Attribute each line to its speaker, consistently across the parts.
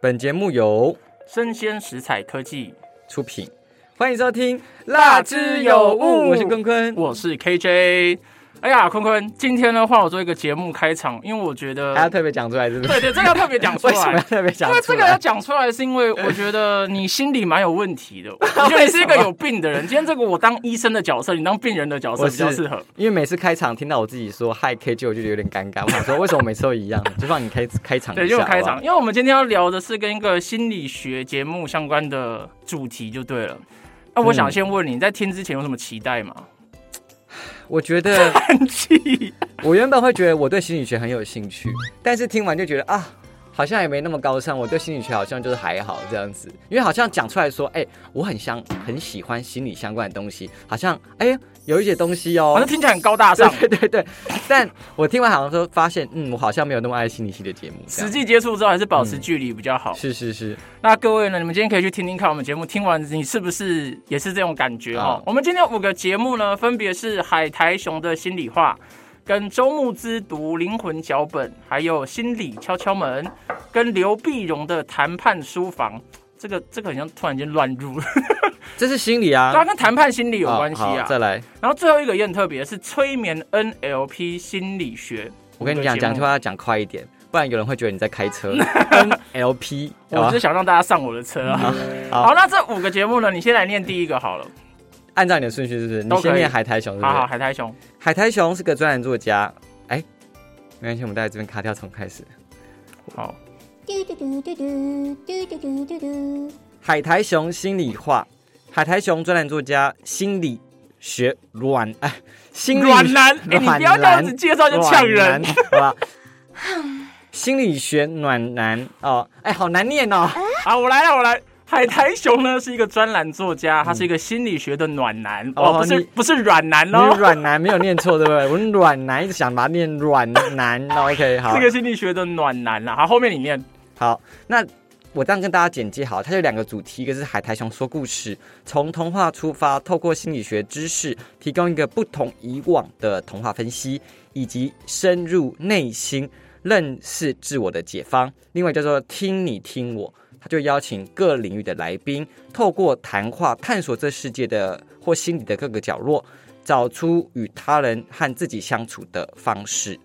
Speaker 1: 本节目由
Speaker 2: 生鲜食材科技，
Speaker 1: 出品，欢迎收听《
Speaker 2: 辣之有物
Speaker 1: 我是坤坤。
Speaker 2: 我是 KJ。哎呀，坤坤，今天呢换我做一个节目开场，因为我觉得
Speaker 1: 还要特别讲出来是不是？
Speaker 2: 对对，这个要特别讲出
Speaker 1: 啊 为什么要
Speaker 2: 来。
Speaker 1: 特别讲
Speaker 2: 因为
Speaker 1: 出
Speaker 2: 这个要
Speaker 1: 来？
Speaker 2: 讲出来，是因为我觉得你心里蛮有问 题的。我觉得你是一个有病的人。今天这个我当医生的角色，你当病人的角色
Speaker 1: 我
Speaker 2: 比较
Speaker 1: 是
Speaker 2: 适合。
Speaker 1: 因为每次开场听到我自己说“嗨 KJ”，我就有点尴尬。我想 说，为什么每次都一样？就让你开开场一下，
Speaker 2: 对，就开
Speaker 1: 好
Speaker 2: 场，因为我们今天要聊的是跟一个心理学节目相关的主题，就对了。那、我想
Speaker 1: 嗯
Speaker 2: 先问你，你在听之前有什么期待 吗？
Speaker 1: 不好。我觉 得，
Speaker 2: 叹气。
Speaker 1: 我原本会觉得我对心理学很有兴趣，但是听完就觉得啊，好像也没那么高尚。我对心理学好像就是还好这样子，因为好像讲出来说，哎、我很相很喜欢心理相关的东西，好像哎、有一些东西哦
Speaker 2: 好，像听起来很高大
Speaker 1: 对
Speaker 2: 上。
Speaker 1: 对对对，但我听完好像说发现，嗯，我好像没有那么爱心理系的节目。这
Speaker 2: 实
Speaker 1: 样
Speaker 2: 际哦接触之后还是保
Speaker 1: 嗯
Speaker 2: 持距离比较好。
Speaker 1: 是是是，
Speaker 2: 那各位呢，你们今天可以去听听看我们节目，听完你是不是也是这种感觉哦
Speaker 1: 啊？
Speaker 2: 我们今天有五个节目呢，分别是海苔熊的心里话。跟周牧之读灵魂脚本，还有心理敲敲门，跟刘碧荣的谈判书房，这个这个好像突然间乱入了，
Speaker 1: 这是心理 啊，
Speaker 2: 对啊，跟谈判心理有关系
Speaker 1: 好
Speaker 2: 啊
Speaker 1: 好。再来，
Speaker 2: 然后最后一个也很特别，是催眠 NLP 心理学。
Speaker 1: 我跟你讲，
Speaker 2: 五个节
Speaker 1: 讲
Speaker 2: 目
Speaker 1: 句话要讲快一点，不然有人会觉得你在开 车。跟 LP，好
Speaker 2: 我
Speaker 1: 吧
Speaker 2: 是想让大家上我的车啊。
Speaker 1: 啊嗯好
Speaker 2: 好，那这五个节目呢，你先来念第一个好了。
Speaker 1: 按照你的顺序是不是？你
Speaker 2: 都可以
Speaker 1: 先念海苔熊，是不
Speaker 2: 好
Speaker 1: 是？
Speaker 2: 好，海苔熊，
Speaker 1: 海苔熊是个专栏作家，哎、没关系，我们大家这边卡掉，从开始。
Speaker 2: 好，
Speaker 3: Do do do do do do do do do do.
Speaker 1: 海苔熊心里话，海苔熊专栏作家，心理学软哎，心理
Speaker 2: 软男，哎，你不要这样子介绍就呛
Speaker 1: 软
Speaker 2: 人
Speaker 1: 男。好吧？ 心理学暖男哦，哎、好难念哦。
Speaker 2: 好，我来了，我来。海苔熊呢是一个专栏作家，他是一个心理学的暖男，
Speaker 1: 嗯哦
Speaker 2: 哦，不是
Speaker 1: 你
Speaker 2: 不是软男
Speaker 1: 你
Speaker 2: 哦，
Speaker 1: 软男没有念错对不对？我软男一直想把它念软男。那 OK，好
Speaker 2: 是，个心理学的暖男啦。好，后面里面
Speaker 1: 好，那我这样跟大家简介好，它有两个主题，一个是海苔熊说故事，从童话出发，透过心理学知识，提供一个不同以往的童话分析，以及深入内心认识自我的解方。另外叫做听你听我，他就邀请各领域的来宾，透过谈话探索这世界的或心理的各个角落。找出与他人和自己相处的方式。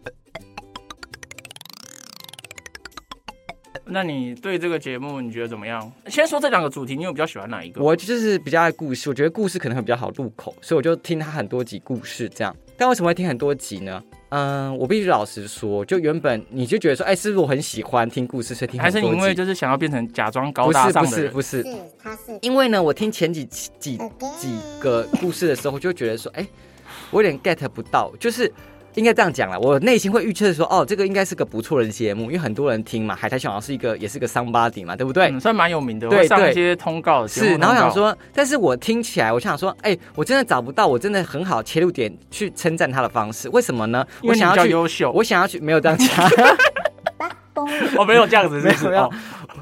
Speaker 2: 那你对这个节目你觉得怎么样？先说这两个主题，你有比较喜欢哪一个？
Speaker 1: 我就是比较爱故事，我觉得故事可能会比较好入口，所以我就听他很多集故事这样。但为什么会听很多集呢？嗯，我必须老实说，就原本你就觉得说，哎、是不是我很喜欢听故事，所以听
Speaker 2: 还
Speaker 1: 很
Speaker 2: 是
Speaker 1: 多
Speaker 2: 你
Speaker 1: 集？
Speaker 2: 因为就是想要变成假装高
Speaker 1: 不
Speaker 2: 大
Speaker 1: 是不
Speaker 2: 上的
Speaker 1: 是
Speaker 2: 人？嗯
Speaker 1: 不是，
Speaker 3: 是，他是
Speaker 1: 因为呢，我听前几集几几个故事的时候，我就觉得说，哎、我有点 get 不到，就是应该这样讲啦。我内心会预测说，哦，这个应该是个不错的节目，因为很多人听嘛，海苔熊好像是一个也是个 somebody 嘛，对不对？
Speaker 2: 嗯，算蛮有名的，
Speaker 1: 对
Speaker 2: 会上
Speaker 1: 对
Speaker 2: 一些通告节目
Speaker 1: 是，然后
Speaker 2: 通告
Speaker 1: 想说，但是我听起来，我想说，哎、我真的找不到，我真的很好切入点去称赞他的方式，为什么呢？
Speaker 2: 因为
Speaker 1: 我
Speaker 2: 你
Speaker 1: 想
Speaker 2: 比
Speaker 1: 要
Speaker 2: 较
Speaker 1: 去，
Speaker 2: 优秀，
Speaker 1: 我想要去，没有这样讲，
Speaker 3: 八崩。
Speaker 2: 我没有这样子，
Speaker 1: 没有
Speaker 2: 是不是
Speaker 1: 没有
Speaker 2: 哦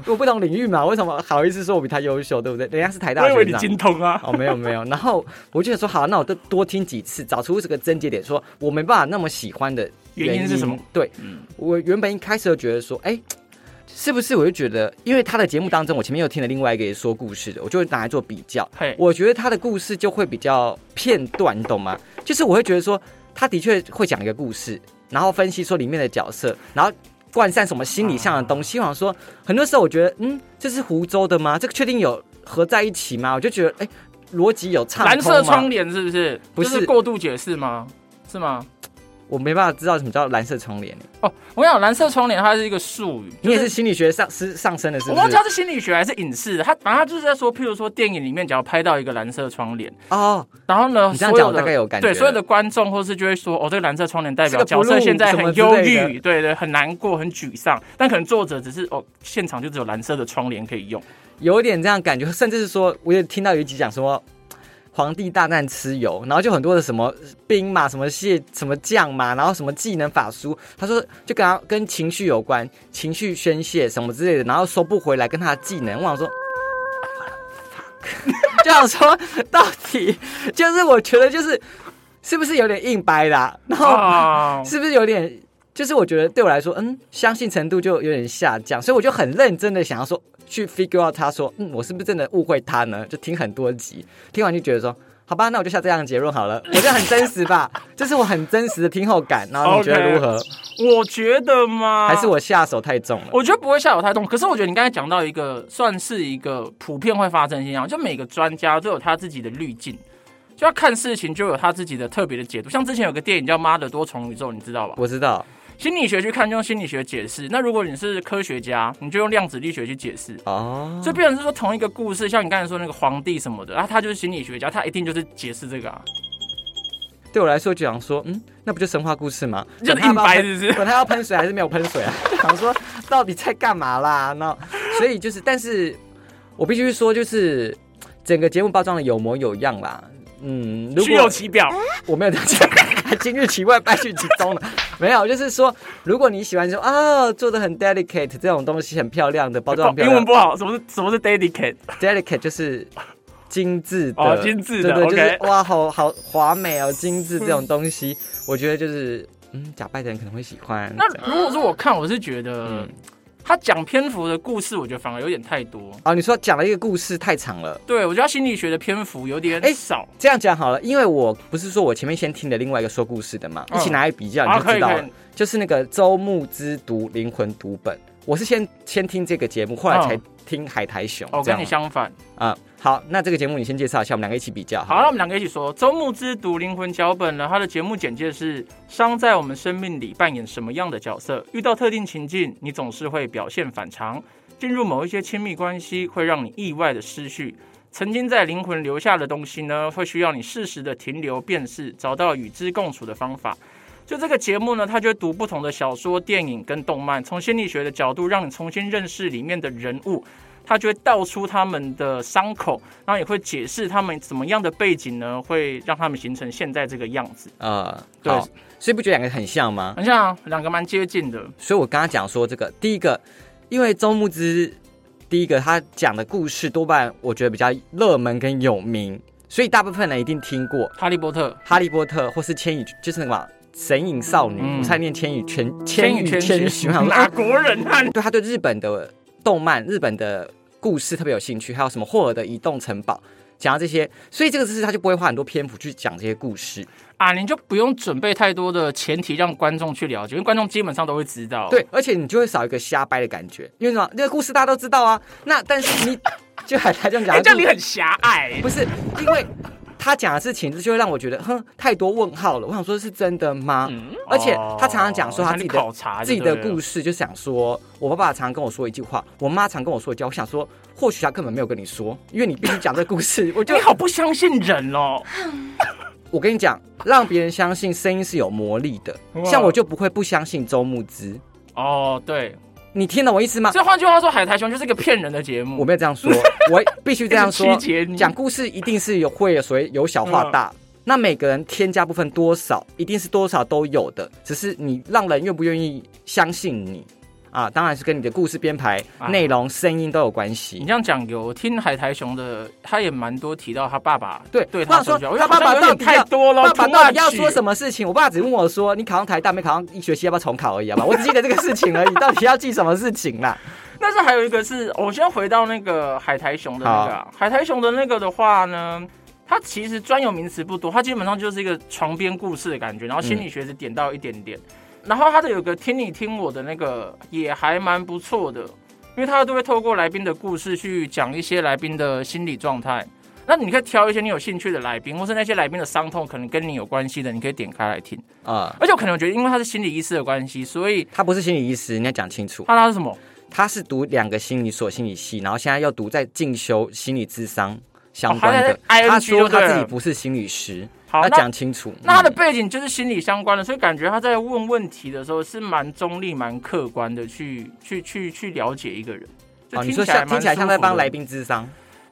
Speaker 1: 我不懂领域嘛，为什么好意思说我比他优秀，对不对？人家是台大
Speaker 2: 我以为
Speaker 1: 学
Speaker 2: 你
Speaker 1: 长。
Speaker 2: 精通啊。
Speaker 1: 哦，没有没有，然后我就想说好，那我就多听几次，找出这个症结点，说我没办法那么喜欢的
Speaker 2: 原因是什么？
Speaker 1: 对，
Speaker 2: 嗯，
Speaker 1: 我原本一开始就觉得说，哎、是不是我就觉得，因为他的节目当中，我前面又听了另外一个也说故事的，我就会拿来做比较。
Speaker 2: 嘿，
Speaker 1: 我觉得他的故事就会比较片段，你懂吗？就是我会觉得说，他的确会讲一个故事，然后分析说里面的角色，然后灌散什么心理上的东西。我想说，很多时候我觉得，嗯，这是湖州的吗？这个确定有合在一起吗？我就觉得，哎，逻辑有畅
Speaker 2: 蓝色
Speaker 1: 通
Speaker 2: 窗
Speaker 1: 吗？
Speaker 2: 帘是不是？
Speaker 1: 不
Speaker 2: 就是是过度解释吗？是吗？
Speaker 1: 我没办法知道什么叫蓝色窗帘。
Speaker 2: 哦，我跟你讲，蓝色窗帘它是一个术语，
Speaker 1: 你也是心理学上是上升的，是
Speaker 2: 我
Speaker 1: 不
Speaker 2: 忘
Speaker 1: 是
Speaker 2: 记它？是心理学还是影视的，它反正它就是在说，譬如说电影里面，只要拍到一个蓝色窗帘，
Speaker 1: 哦，
Speaker 2: 然后呢，
Speaker 1: 你这样
Speaker 2: 所
Speaker 1: 讲
Speaker 2: 有
Speaker 1: 我
Speaker 2: 的
Speaker 1: 大概有感觉了。
Speaker 2: 对所有的观众或是就会说，哦，这个蓝色窗帘代
Speaker 1: 这
Speaker 2: 表
Speaker 1: 个
Speaker 2: 角色
Speaker 1: blue
Speaker 2: 现在很
Speaker 1: 什么
Speaker 2: 忧
Speaker 1: 之类
Speaker 2: 郁，对对，很难过，很沮丧，但可能作者只是哦，现场就只有蓝色的窗帘可以用，
Speaker 1: 有点这样感觉，甚至是说，我也听到有一集讲说皇帝大难蚩尤，然后就很多的什么兵嘛，什么蟹，什么将嘛，然后什么技能法书，他说就跟他跟情绪有关，情绪宣泄什么之类的，然后收不回来跟他的技能，我想说。就想说， 到底就是我觉得就是是不是有点硬掰啦、然后
Speaker 2: 哦，
Speaker 1: 是不是有点就是我觉得对我来说，嗯，相信程度就有点下降，所以我就很认真的想要说去 figure out 他说，嗯，我是不是真的误会他呢？就听很多集，听完就觉得说。好吧，那我就下这样的结论好了。我觉得很真实吧，这是我很真实的听后感。然后你觉得如何
Speaker 2: 我觉得嘛，
Speaker 1: 还是我下手太重了？
Speaker 2: 我觉得不会下手太重，可是我觉得你刚才讲到一个算是一个普遍会发生的现象，就每个专家都有他自己的滤镜，就要看事情就有他自己的特别的解读。像之前有个电影叫《妈的多重宇宙》，你知道吧？
Speaker 1: 我知道
Speaker 2: 心理学去看就用心理学解释，那如果你是科学家，你就用量子力学去解释。
Speaker 1: 哦，
Speaker 2: 所以，变成是说同一个故事，像你刚才说那个皇帝什么的，啊，他就是心理学家，他一定就是解释这个啊，
Speaker 1: 对我来说就想说，嗯，那不就神话故事吗？
Speaker 2: 就
Speaker 1: 管他要
Speaker 2: 硬
Speaker 1: 不要
Speaker 2: 掰
Speaker 1: 喷
Speaker 2: 是不是？
Speaker 1: 管他要喷水还是没有喷水啊？ 就想说到底在干嘛啦？那所以就是，但是我必须说，就是整个节目包装的有模有样啦。嗯，如
Speaker 2: 虚有
Speaker 1: 果
Speaker 2: 其表，
Speaker 1: 我没有 这样讲，还今日其外，败絮其中了。没有，就是说，如果你喜欢说啊、做的很 delicate 这种东西，很漂亮的包装很漂
Speaker 2: 哦英
Speaker 1: 亮
Speaker 2: 文不好，什么是什么是 dedicate？
Speaker 1: ，delicate 就是精致的，
Speaker 2: 哦精致的
Speaker 1: 对对，就是
Speaker 2: OK 嗯
Speaker 1: 哇，好好华美哦，精致这种东西，我觉得就是嗯，假扮的人可能会喜欢。
Speaker 2: 那
Speaker 1: 这样
Speaker 2: 如果说我看，我是觉得、
Speaker 1: 嗯
Speaker 2: 他讲篇幅的故事，我觉得反而有点太多。
Speaker 1: 哦，你说讲了一个故事太长了。
Speaker 2: 对，我觉得他心理学的篇幅有点
Speaker 1: 哎
Speaker 2: 少。
Speaker 1: 这样讲好了，因为我不是说我前面先听了另外一个说故事的嘛，
Speaker 2: 嗯
Speaker 1: 一起拿来比较你
Speaker 2: 啊
Speaker 1: 就知道
Speaker 2: 可以
Speaker 1: 了，
Speaker 2: 可以
Speaker 1: 就是那个周牧之读灵魂读本，我是先先听这个节目，后来才
Speaker 2: 嗯
Speaker 1: 听海苔熊。
Speaker 2: 哦我
Speaker 1: 这
Speaker 2: 跟
Speaker 1: 样
Speaker 2: 你相反。
Speaker 1: 啊、好，那这个节目你先介绍一下，我们两个一起比较好
Speaker 2: 好，那
Speaker 1: 了。
Speaker 2: 我们两个一起说，周牧之读灵魂脚本呢，他的节目简介是：伤在我们生命里扮演什么样的角色？遇到特定情境，你总是会表现反常；进入某一些亲密关系，会让你意外的失去。曾经在灵魂留下的东西呢，会需要你适时的停留辨识，找到与之共处的方法。就这个节目呢，他就会读不同的小说、电影跟动漫，从心理学的角度让你重新认识里面的人物，他就会道出他们的伤口，然后也会解释他们怎么样的背景呢，会让他们形成现在这个样子。
Speaker 1: 呃，
Speaker 2: 对
Speaker 1: 好，所以不觉得两个很像吗？
Speaker 2: 很像两个蛮接近的，
Speaker 1: 所以我刚刚讲说这个，第一个，因为周牧之，第一个他讲的故事多半我觉得比较热门跟有名，所以大部分人一定听过。
Speaker 2: 《哈利波特》
Speaker 1: 哈利波特或是千与就是那个嘛神隐少女，
Speaker 2: 嗯
Speaker 1: 我差点念千与千
Speaker 2: 千与
Speaker 1: 与
Speaker 2: 千
Speaker 1: 寻，
Speaker 2: 寻
Speaker 1: 我想，说
Speaker 2: 哪
Speaker 1: 啊，
Speaker 2: 国人啊？
Speaker 1: 对他对日本的动漫、日本的故事特别有兴趣，还有什么霍尔的移动城堡。讲到这些，所以这个知识他就不会花很多篇幅去讲这些故事。
Speaker 2: 啊，你就不用准备太多的前提让观众去了解，因为观众基本上都会知道。
Speaker 1: 对，而且你就会少一个瞎掰的感觉，因为什么？那个故事大家都知道啊。那但是你就还他这样讲
Speaker 2: 哎，
Speaker 1: 的
Speaker 2: 这
Speaker 1: 故
Speaker 2: 样你
Speaker 1: 事，
Speaker 2: 很狭隘。
Speaker 1: 不是因为他讲的事情，就会让我觉得，哼，太多问号了。我想说，是真的吗？
Speaker 2: 嗯
Speaker 1: 而且他常常讲说他
Speaker 2: 哦
Speaker 1: 自己
Speaker 2: 你
Speaker 1: 的
Speaker 2: 考察
Speaker 1: 自己的故
Speaker 2: 事，
Speaker 1: 事，就想说，我爸爸常跟我说一句话，我妈常跟我说一句话，我想说，或许他根本没有跟你说，因为你必须讲这个故事。我就
Speaker 2: 你好不相信人哦。
Speaker 1: 我跟你讲，让别人相信声音是有魔力的，
Speaker 2: 哇
Speaker 1: 像我就不会不相信周牧之。
Speaker 2: 哦，对，
Speaker 1: 你听懂我意思吗？
Speaker 2: 所以换句话说，海苔熊就是个骗人的节目。
Speaker 1: 我没有这样说，我必须这样
Speaker 2: 一
Speaker 1: 说
Speaker 2: 直曲解你。
Speaker 1: 讲故事一定是有会有所谓由小化大，
Speaker 2: 嗯
Speaker 1: 那每个人添加部分多少，一定是多少都有的，只是你让人愿不愿意相信你啊，当然是跟你的故事编排、
Speaker 2: 啊
Speaker 1: 内容、声音都有关系
Speaker 2: 你。这样讲有，我听海苔熊的，他也蛮多提到他爸爸
Speaker 1: 对
Speaker 2: 对
Speaker 1: 我
Speaker 2: 他
Speaker 1: 想说
Speaker 2: 说教，我觉
Speaker 1: 他
Speaker 2: 得好
Speaker 1: 爸爸
Speaker 2: 像有
Speaker 1: 到
Speaker 2: 点
Speaker 1: 底
Speaker 2: 太
Speaker 1: 要
Speaker 2: 多了。
Speaker 1: 爸爸到底要说
Speaker 2: 么？
Speaker 1: 什么事情？我爸只问我说：“你考上台大没考上一学期，要不要重考而已，好吧？”我只记得这个事情而已， 到底要记什么事情啦？
Speaker 2: 但是还有一个是，我先回到那个海苔熊的那个、啊、海苔熊的那个的话呢，它其实专有名词不多，它基本上就是一个床边故事的感觉，然后心理学只点到一点点，然后它的有个听你听我的那个也还蛮不错的，因为它都会透过来宾的故事去讲一些来宾的心理状态。那你可以挑一些你有兴趣的来宾，或是那些来宾的伤痛可能跟你有关系的，你可以点开来听。
Speaker 1: 啊、
Speaker 2: 而且我可能觉得，因为他是心理医师的关系，所以
Speaker 1: 他不是心理医师，你要讲清楚。
Speaker 2: 他他是什么？
Speaker 1: 他是读两个心理所心理系，然后现在又读在进修心理智商相
Speaker 2: 哦
Speaker 1: 关的。
Speaker 2: 他在 ING
Speaker 1: 他说
Speaker 2: 就对
Speaker 1: 他
Speaker 2: 了
Speaker 1: 自己不是心理师，
Speaker 2: 好，
Speaker 1: 他
Speaker 2: 那
Speaker 1: 讲清楚。
Speaker 2: 那他的
Speaker 1: 嗯
Speaker 2: 背景就是心理相关的，所以感觉他在问问题的时候是蛮中立、蛮客观的去去去去了解一个人。就
Speaker 1: 哦，你
Speaker 2: 听
Speaker 1: 说
Speaker 2: 起来
Speaker 1: 像
Speaker 2: 蛮
Speaker 1: 听起来像在帮来
Speaker 2: 宾，
Speaker 1: 宾智商，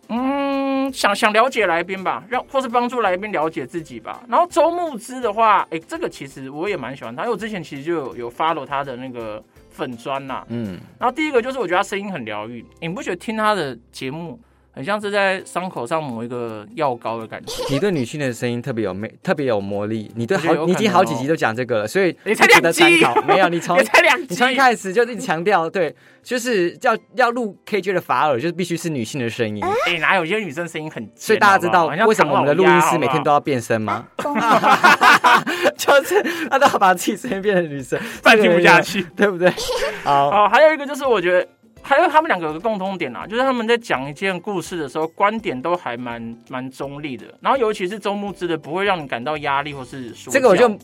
Speaker 2: 嗯，想想了解来宾吧，让或是帮助来宾了解自己吧。然后周牧之的话，哎、这个其实我也蛮喜欢他，因为我之前其实就有有 follow 他的那个粉砖呐、
Speaker 1: 嗯，
Speaker 2: 然后第一个就是我觉得他声音很疗愈，你不觉得听他的节目很像是在伤口上抹一个药膏的感觉。
Speaker 1: 你对女性的声音特别有魅，特别有魔力。你对
Speaker 2: 我觉得
Speaker 1: 好，
Speaker 2: 有
Speaker 1: 你已经
Speaker 2: 可能
Speaker 1: 好
Speaker 2: 哦
Speaker 1: 几集都讲这个了，所以
Speaker 2: 你才
Speaker 1: 不值得
Speaker 2: 两
Speaker 1: 参
Speaker 2: 集
Speaker 1: 考。没有，你从
Speaker 2: 也才两
Speaker 1: 你
Speaker 2: 集，啊
Speaker 1: 从一开始就一直强调，对，就是要要录 KJ 的法尔，就是必须是女性的声音。
Speaker 2: 哎、哪有些女生声音很尖，
Speaker 1: 所以大家知道
Speaker 2: 好不好很像
Speaker 1: 为什么我们的录音师每天都
Speaker 2: 唐老鸭
Speaker 1: 要变声吗？
Speaker 3: 蹦
Speaker 1: 就是他都要把自己声音变成女 生，
Speaker 2: 好不好饭听不下，去。
Speaker 1: 对不对？好，
Speaker 2: 哦，还有一个就是我觉得。还有他们两个有个共通点啊，就是他们在讲一件故事的时候，观点都还蛮蛮中立的。然后尤其是周牧之的，不会让你感到压力或是说
Speaker 1: 这个我就
Speaker 2: 教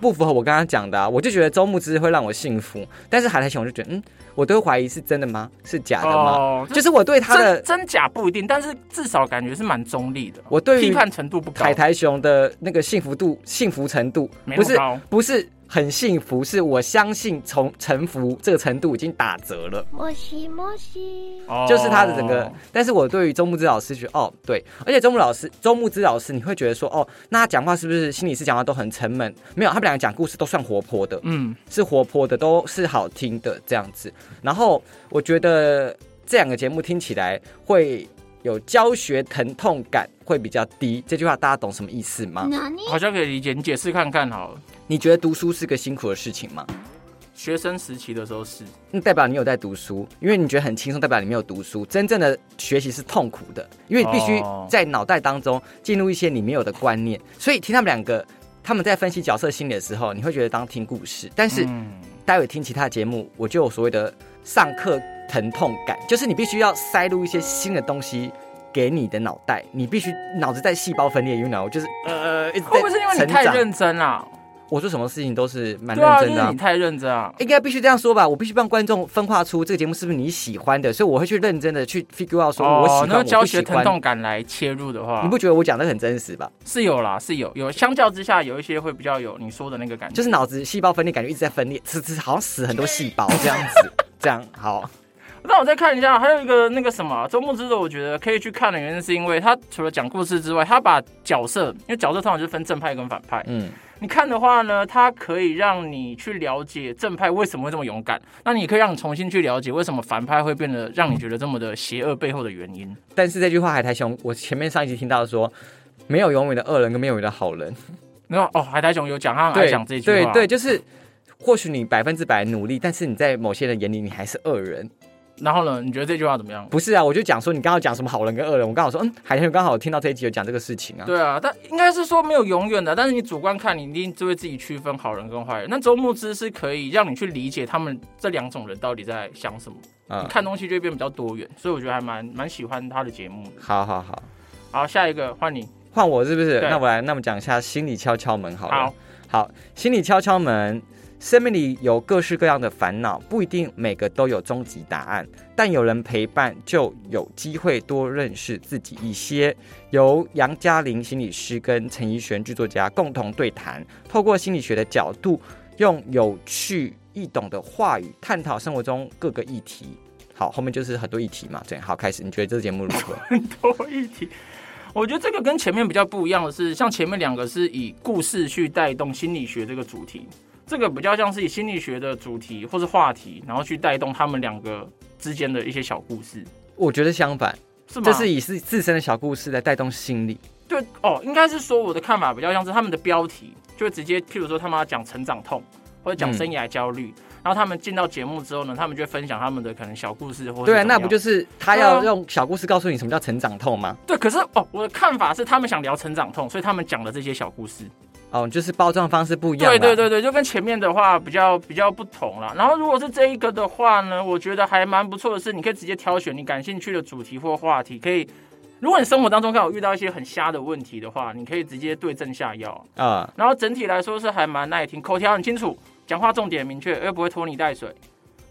Speaker 1: 不符合我刚刚讲的啊，我就觉得周牧之会让我幸福，但是海苔熊我就觉得，嗯，我都会怀疑是真的吗？是假的吗？
Speaker 2: 哦，
Speaker 1: 就是我对他的
Speaker 2: 真真假不一定，但是至少感觉是蛮中立的。
Speaker 1: 我对于
Speaker 2: 批判程度不高
Speaker 1: 海，苔熊的那个幸福度、幸福程度，
Speaker 2: 没那
Speaker 1: 不
Speaker 2: 么
Speaker 1: 是
Speaker 2: 高
Speaker 1: 不是很幸福，是我相信从臣服这个程度已经打折了，
Speaker 3: もしもし。
Speaker 2: 哦
Speaker 1: 就是他的整个。但是我对于周牧之老师觉得，哦，对，而且周牧老师、周牧之老师，你会觉得说，哦，那他讲话是不是心理师讲话都很沉闷？没有，他们两个讲故事都算活泼的，
Speaker 2: 嗯，
Speaker 1: 是活泼的，都是好听的这样子。然后我觉得这两个节目听起来会有教学疼痛感会比较低，这句话大家懂什么意思吗？
Speaker 3: 何？
Speaker 2: 好像可以理解，你解释看看好了。
Speaker 1: 你觉得读书是个辛苦的事情吗？
Speaker 2: 学生时期的时候是，
Speaker 1: 那嗯代表你有在读书，因为你觉得很轻松，代表你没有读书。真正的学习是痛苦的，因为你必须
Speaker 2: 哦
Speaker 1: 在脑袋当中进入一些你没有的观念。所以听他们两个他们在分析角色心理的时候，你会觉得当听故事，但是
Speaker 2: 嗯
Speaker 1: 待会听其他节目，我就有所谓的上课疼痛感，就是你必须要塞入一些新的东西给你的脑袋，你必须脑子在细胞分裂，you know，就是呃，一直
Speaker 2: 会不会是因为
Speaker 1: 在
Speaker 2: 你太
Speaker 1: 成长
Speaker 2: 认真啊啦、
Speaker 1: 我做什么事情都是蛮
Speaker 2: 对
Speaker 1: 认
Speaker 2: 啊，
Speaker 1: 真
Speaker 2: 因
Speaker 1: 的、
Speaker 2: 为你太认真啊。
Speaker 1: 应该必须这样说吧，我必须帮观众分化出这个节目是不是你喜欢的，所以我会去认真的去 figure out 说我喜欢、
Speaker 2: 哦那用
Speaker 1: 我
Speaker 2: 教
Speaker 1: 不
Speaker 2: 学
Speaker 1: 喜
Speaker 2: 疼
Speaker 1: 欢。
Speaker 2: 痛感来切入的话
Speaker 1: 你，不觉得我讲的很真实吧？
Speaker 2: 是有啦，是有有。相较之下，有一些会比较有你说的那个感觉，
Speaker 1: 就是脑子细胞分裂，感觉一直在分裂，吃吃好像死很多细胞这样子，这样好。
Speaker 2: 那我再看一下，还有一个那个什么周牧之的，我觉得可以去看的原因是因为他除了讲故事之外，他把角色，因为角色通常就是分正派跟反派。
Speaker 1: 嗯，
Speaker 2: 你看的话呢，它可以让你去了解正派为什么会这么勇敢，那你也可以让你重新去了解为什么反派会变得让你觉得这么的邪恶背后的原因。
Speaker 1: 但是这句话海苔熊，我前面上一集听到说，没有永远的恶人跟没有永远的好人，
Speaker 2: 那哦，海苔熊有讲，他很爱
Speaker 1: 对
Speaker 2: 讲这句
Speaker 1: 对
Speaker 2: 话。
Speaker 1: 对，就是或许你百分之百努力，但是你在某些人眼里你还是恶人。
Speaker 2: 然后呢，你觉得这句话怎么样？
Speaker 1: 不是啊，我就讲说你刚刚讲什么好人跟恶人，我刚好说嗯，海苔熊刚好听到这一集有讲这个事情啊。
Speaker 2: 对啊，但应该是说没有永远的，但是你主观看，你一定就会自己区分好人跟坏人。那周牧之是可以让你去理解他们这两种人到底在想什么，
Speaker 1: 嗯
Speaker 2: 你，看东西就会变比较多元，所以我觉得还蛮蛮喜欢他的节目的。
Speaker 1: 好好好。
Speaker 2: 好，下一个换你，
Speaker 1: 换我是不是？
Speaker 2: 对
Speaker 1: 那我来，那我们讲一下心理敲敲门好了。
Speaker 2: 好，
Speaker 1: 好心理敲敲门，生命里有各式各样的烦恼，不一定每个都有终极答案，但有人陪伴就有机会多认识自己一些。由杨嘉玲心理师跟陈怡璇剧作家共同对谈，透过心理学的角度，用有趣易懂的话语探讨生活中各个议题。好，后面就是很多议题嘛。对，好，开始。你觉得这个节目如 何？
Speaker 2: 多一题。我觉得这个跟前面比较不一样的是，像前面两个是以故事去带动心理学这个主题，这个比较像是以心理学的主题或是话题，然后去带动他们两个之间的一些小故事，
Speaker 1: 我觉得相反。
Speaker 2: 是吗？
Speaker 1: 这是以自自身的小故事来带动心理。
Speaker 2: 对哦，应该是说我的看法比较像是他们的标题，就直接譬如说他们要讲成长痛，或者讲生涯焦虑，然后他们进到节目之后呢，他们就会分享他们的可能小故事或者
Speaker 1: 对啊，那
Speaker 2: 怎么样
Speaker 1: 不就是他要用小故事告诉你什么叫成长痛吗？
Speaker 2: 对？可是哦，我的看法是他们想聊成长痛，所以他们讲的这些小故事。
Speaker 1: 哦，就是包装方式不一样。
Speaker 2: 对对，对对，就跟前面的话比较比较不同啦。然后如果是这一个的话呢，我觉得还蛮不错的是，你可以直接挑选你感兴趣的主题或话题，可以。如果你生活当中刚好遇到一些很瞎的问题的话，你可以直接对症下药。
Speaker 1: 啊、
Speaker 2: 然后整体来说是还蛮耐听，口条很清楚，讲话重点明确，又不会拖泥带水。